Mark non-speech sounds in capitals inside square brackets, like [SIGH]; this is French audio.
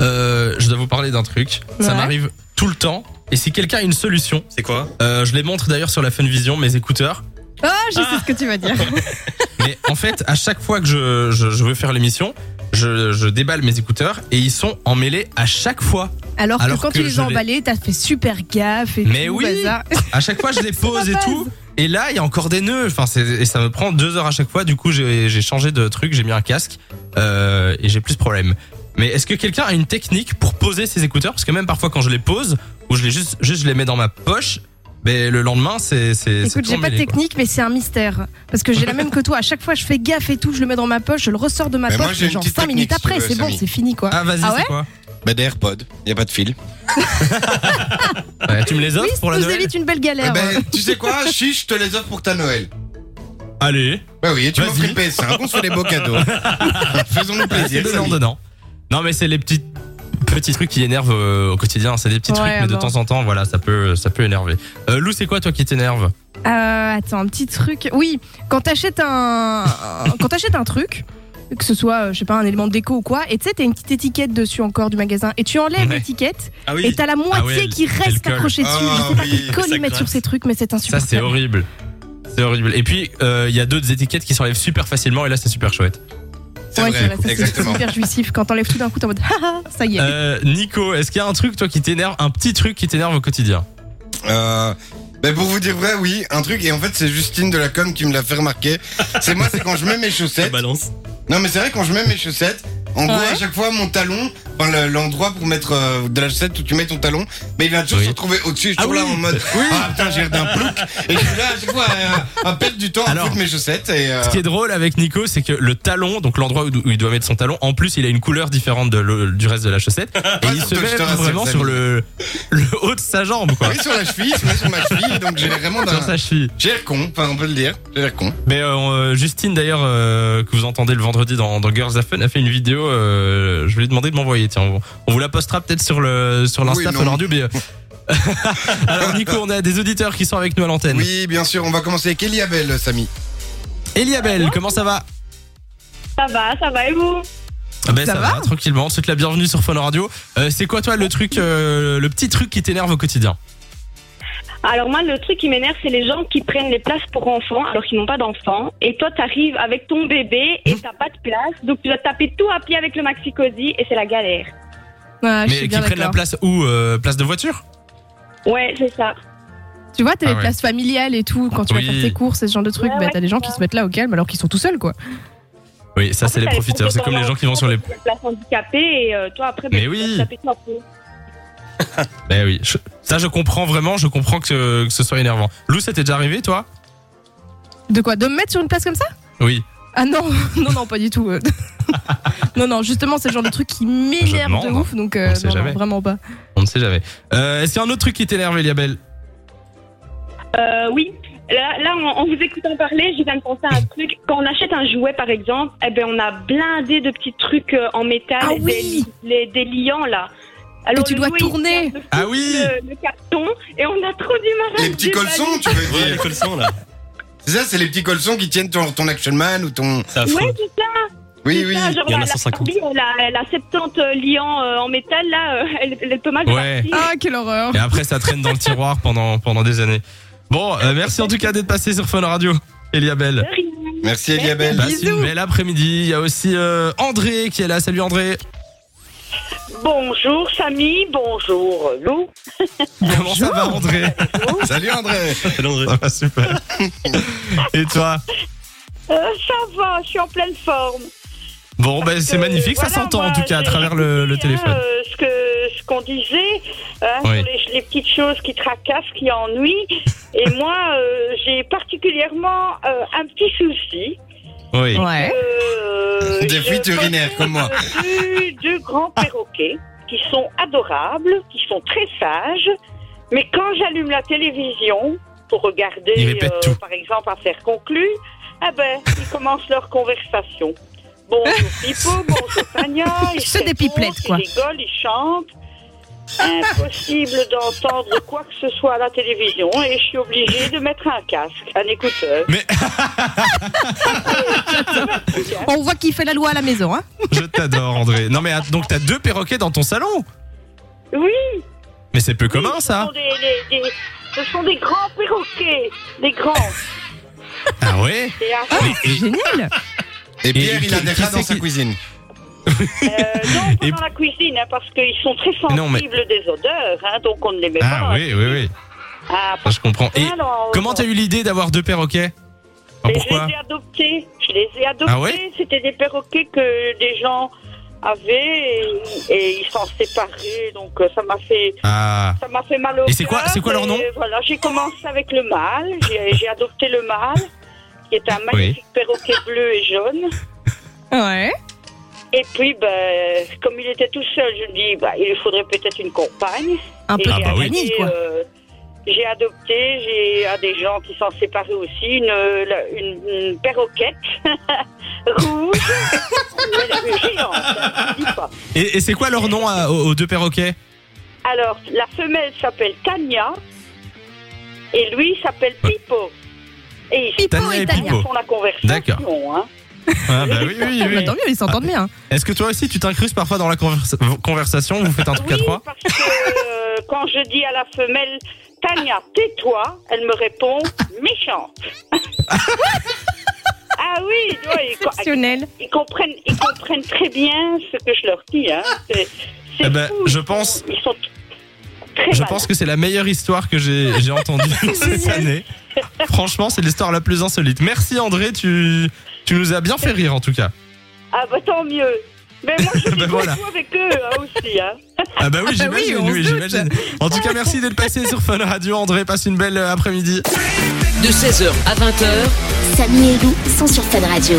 Euh, je dois vous parler d'un truc. Ça Ouais. m'arrive tout le temps. Et si quelqu'un a une solution, C'est quoi euh, je les montre d'ailleurs sur la Funvision, mes écouteurs. Ah, je sais ce que tu vas dire. Mais en fait, à chaque fois que je, je, je veux faire l'émission, je, je déballe mes écouteurs et ils sont emmêlés à chaque fois. Alors, Alors que quand que tu les je as l'ai- emballés, t'as fait super gaffe et Mais tout, oui. bazar. À chaque fois, je [LAUGHS] les pose et ma base. tout. Et là, il y a encore des nœuds. Enfin, c'est- et ça me prend deux heures à chaque fois. Du coup, j'ai j'ai changé de truc, j'ai mis un casque euh, et j'ai plus de problèmes. Mais est-ce que quelqu'un a une technique pour poser ses écouteurs Parce que même parfois, quand je les pose ou je les juste, juste je les mets dans ma poche, mais le lendemain, c'est c'est c'est Écoute, tout j'ai pas de emmêlé, quoi. technique, mais c'est un mystère. Parce que j'ai la même que toi. À chaque fois, je fais gaffe et tout, je le mets dans ma poche, je le ressors de ma Mais moi, poche, j'ai et une genre petite 5 minutes technique, si tu après, veux, c'est bon, Samy. c'est fini quoi. Ah vas-y, Ah c'est quoi Bah, des AirPods, y a pas de fil. Ouais, Tu me les offres Oui, pour ça la nous Noël évite une belle Eh galère. ben, tu [LAUGHS] sais quoi, chiche, je te les offre pour ta Noël. Allez, Bah oui, et tu Vas-y. m'offres une PS5, on se fait des [LAUGHS] beaux cadeaux. Faisons-nous Ah, plaisir. dedans, Samy. dedans. Non, mais c'est les petits petits trucs qui énervent euh, au quotidien. C'est des petits Ouais, trucs, mais de bon. temps en temps, voilà, ça peut ça peut énerver. Euh, Lou, c'est quoi toi qui t'énerve Euh, attends, un petit truc. Oui, quand t'achètes un, un- quand t'achètes un truc, que ce soit, euh, je sais pas, un élément de déco ou quoi, et tu sais, t'as une petite étiquette dessus encore du magasin, et tu enlèves Ouais. l'étiquette, Ah et t'as la moitié Ah ouais, qui elle- elle reste colle. accrochée dessus. Ah il faut pas oui, qu'ils collent ça et mettent craque. sur ces trucs, mais c'est Ça, insupportable. c'est horrible. C'est horrible. Et puis, euh, il y a d'autres étiquettes qui s'enlèvent super facilement et là, c'est super chouette. C'est Ouais, vrai, c'est vrai, ça, c'est exactement. super jouissif. Quand t'enlèves tout d'un coup, t'es en mode, [LAUGHS] ah, ah, ça y est. Euh, Nico, est-ce qu'il y a un truc, toi, qui t'énerve, un petit truc qui t'énerve au quotidien Euh, ben pour vous dire vrai, oui, un truc, et en fait c'est Justine de la com qui me l'a fait remarquer. C'est moi, c'est quand je mets mes Ah, bah chaussettes. balance. Non mais c'est vrai, quand je mets mes chaussettes, en gros Ouais. à chaque fois mon talon, enfin le- l'endroit pour mettre euh, de la chaussette où tu mets ton talon, mais il va toujours Oui. se retrouver au-dessus, je suis Ah toujours là oui. en mode Ah putain j'ai l'air d'un plouc, et je suis là à chaque fois à, à perdre du temps Alors. à foutre mes chaussettes. Et, euh, Ce qui est drôle avec Nico, c'est que le talon, donc l'endroit où où il doit mettre son talon, en plus, il a une couleur différente de le- du reste de la [LAUGHS] chaussette. Et il se Ah, surtout que met je te rassure, vraiment Samy. sur le, le haut de sa jambe, [LAUGHS] quoi. oui, sur la cheville, c'est moi sur ma cheville, donc j'ai vraiment d'un... Sur sa cheville. J'ai l'air con, enfin on peut le dire, j'ai l'air con. Mais euh, Justine d'ailleurs euh, que vous entendez le vendredi dans, dans Girls Have Fun a fait une vidéo. euh, je lui ai demandé de m'envoyer. Tiens, on, on vous la postera peut-être sur le sur l'insta Oui, non. Fun Radio, mais, euh, [LAUGHS] Alors Nico, on a des auditeurs qui sont avec nous à l'antenne. Oui, bien sûr, on va commencer avec Eliabelle, Samy. Eliabelle, comment ça va Ça va, ça va et vous Ah ben, Ça va tranquillement. Toute la bienvenue sur Fun Radio. Euh, c'est quoi toi le truc, euh, le petit truc qui t'énerve au quotidien Ah, Alors moi, le truc qui m'énerve, c'est les gens qui prennent les places pour enfants alors qu'ils n'ont pas d'enfants. Et toi, t'arrives avec ton bébé Hein et t'as pas de place, donc tu dois taper tout à pied avec le maxi cosy et c'est la galère. Ah, Mais je suis qui bien prennent la d'accord. place où euh, Place de voiture Ouais, c'est ça. Tu vois, t'as Ah les ouais. places familiales et tout, quand tu Oui. vas faire tes courses et ce genre de trucs, Ouais, bah, ouais, t'as des gens qui se mettent là au calme alors qu'ils sont tout seuls quoi. Oui, ça En c'est fait, les t'as profiteurs. C'est comme les gens qui vont sur les. Des places handicapées et euh, toi après, ben, Mais tu dois oui. te taper tout à pied. Ben oui. je- Ça je comprends vraiment. Je comprends que, que ce soit énervant. Lou, ça t'est déjà arrivé toi De quoi De me mettre sur une place comme ça Oui. Ah non, [LAUGHS] non, non, pas du tout. euh. [LAUGHS] non, non, justement, c'est le genre de truc qui m'énerve de demande. hein. ouf, donc euh, On sait non, non, jamais. vraiment pas. On ne sait jamais. Euh, Est-ce qu'il y a un autre truc qui t'énerve, Eliabelle Euh, oui. Là, là, en, en vous écoutant parler, je viens de penser [LAUGHS] à un truc. Quand on achète un jouet, par exemple, eh ben, on a blindé de petits trucs euh, en métal, Ah des- oui les, des liants, là. Alors, Que tu le dois jouet, il tourner. perd le- Ah oui le, le carton, et on a trop du mal à Les le petits colsons, tu veux Ouais, dire les colsons là. C'est ça, c'est les petits colsons qui tiennent ton, ton Action Man ou ton. Ça dévaler. Ouais, affreux. c'est ça. Oui, c'est oui. ça, genre, Il y en a la- la 150. Barbie, elle a- elle a 70 liants euh, en métal, là, euh, elle, elle peut mal Ouais. partir. Ah, quelle horreur Et après, ça traîne dans le tiroir pendant, pendant des années. Bon, euh, merci en tout cas d'être passé sur Fun Radio, Eliabelle. De rien. Merci Eliabelle. Passe une belle après-midi. Il y a aussi euh, André qui est là. Salut André. Bonjour Samy, bonjour Lou. Comment ça va André Salut André. C'est dangereux. Ça va super. Et toi Euh, ça va, je suis en pleine forme. Bon, ben c'est Euh, magnifique. Ça voilà, s'entend en moi, tout cas à j'ai travers le, le écouté, téléphone. hein, euh, ce que ce qu'on disait, hein, Oui. sur les, les petites choses qui tracassent, qui ennuient. Et moi, euh, j'ai particulièrement euh, un petit souci. Oui. Ouais. Euh, Des je fuites urinaires, comme moi. Ah. possède Deux, deux grands perroquets qui sont adorables, qui sont très sages, mais quand j'allume la télévision pour regarder, euh, Ils répètent tout. par exemple, Affaires conclues, ah ben, ils commencent leur conversation. [LAUGHS] Bonjour Pipo, bonjour Tania, ils C'est des pipelettes, s'étonnent, quoi. Ils rigolent, ils chantent. impossible d'entendre quoi que ce soit à la télévision et je suis obligée de mettre un casque, un écouteur. [LAUGHS] Ah On voit qu'il fait la loi à la maison, hein. Je t'adore, André. Non, mais att- donc t'as deux perroquets dans ton salon Oui, Mais c'est peu commun, ce ça sont des, des- des- ce sont des grands perroquets, des grands. Ah ouais Et à- Mais- et- Génial. Et Pierre, qui- il a des qui rats c'est dans sa qui- cuisine. euh, non, pas Et- dans la cuisine, hein, parce qu'ils sont très sensibles Non, mais- des odeurs, hein, donc on ne les met Ah pas. oui, oui, oui. Ah, Ah, je comprends. Et alors, comment t'as eu l'idée d'avoir deux perroquets Ah, Mais Pourquoi Je les ai adoptés. Je les ai adoptés. Ah ouais C'était des perroquets que des gens avaient et, et ils s'en séparaient. Donc euh, ça m'a fait, Ah, ça m'a fait mal au Et c'est cœur, quoi- c'est quoi leur nom et Voilà, j'ai commencé avec le mâle. J'ai j'ai adopté le mâle, qui est un magnifique perroquet bleu et jaune. Ouais. Et puis, ben, comme il était tout seul, je me dis, bah, il lui faudrait peut-être une compagne. Un peu Et Ah j'ai bah oui. adopté, vanille, quoi. euh, j'ai adopté, j'ai à des gens qui s'en séparaient aussi, une, la- une, une perroquette [LAUGHS] [LAUGHS] rouge, Mais une géante, hein, je dis pas. et, et c'est quoi leur nom à- aux, aux deux perroquets Alors, la femelle s'appelle Tania et lui s'appelle Pipo. Et ils Pipo Tania et et Tania. Pipo. font la conversation. Hein. Ah bah oui, oui, Bah, Ah, oui. tant mieux, ils s'entendent bien. Est-ce que toi aussi tu t'incrustes parfois dans la conversa- conversation Vous faites un truc Oui, à trois parce que euh, quand je dis à la femelle Tania, tais-toi, elle me répond [LAUGHS] méchante. ah oui, oui, ils- Exceptionnel. ils comprennent, ils comprennent très bien ce que je leur dis. Hein. C'est, c'est Eh ben, fou, je ils sont- pense- Ils sont très Je malins. pense que c'est la meilleure histoire que j'ai j'ai entendue [LAUGHS] cette année. Franchement, c'est l'histoire la plus insolite. Merci André, tu, tu nous as bien fait rire en tout cas. Ah bah tant mieux. Mais moi je [LAUGHS] Ben suis voilà. beaucoup avec eux hein, aussi. Hein. Ah bah oui, Ah bah oui, j'imagine, on se oui, doute. j'imagine. En tout cas, merci d'être passé sur Fun Radio André, passe une belle euh, après-midi. De 16h à 20h, Samy et Lou sont sur Fan Radio.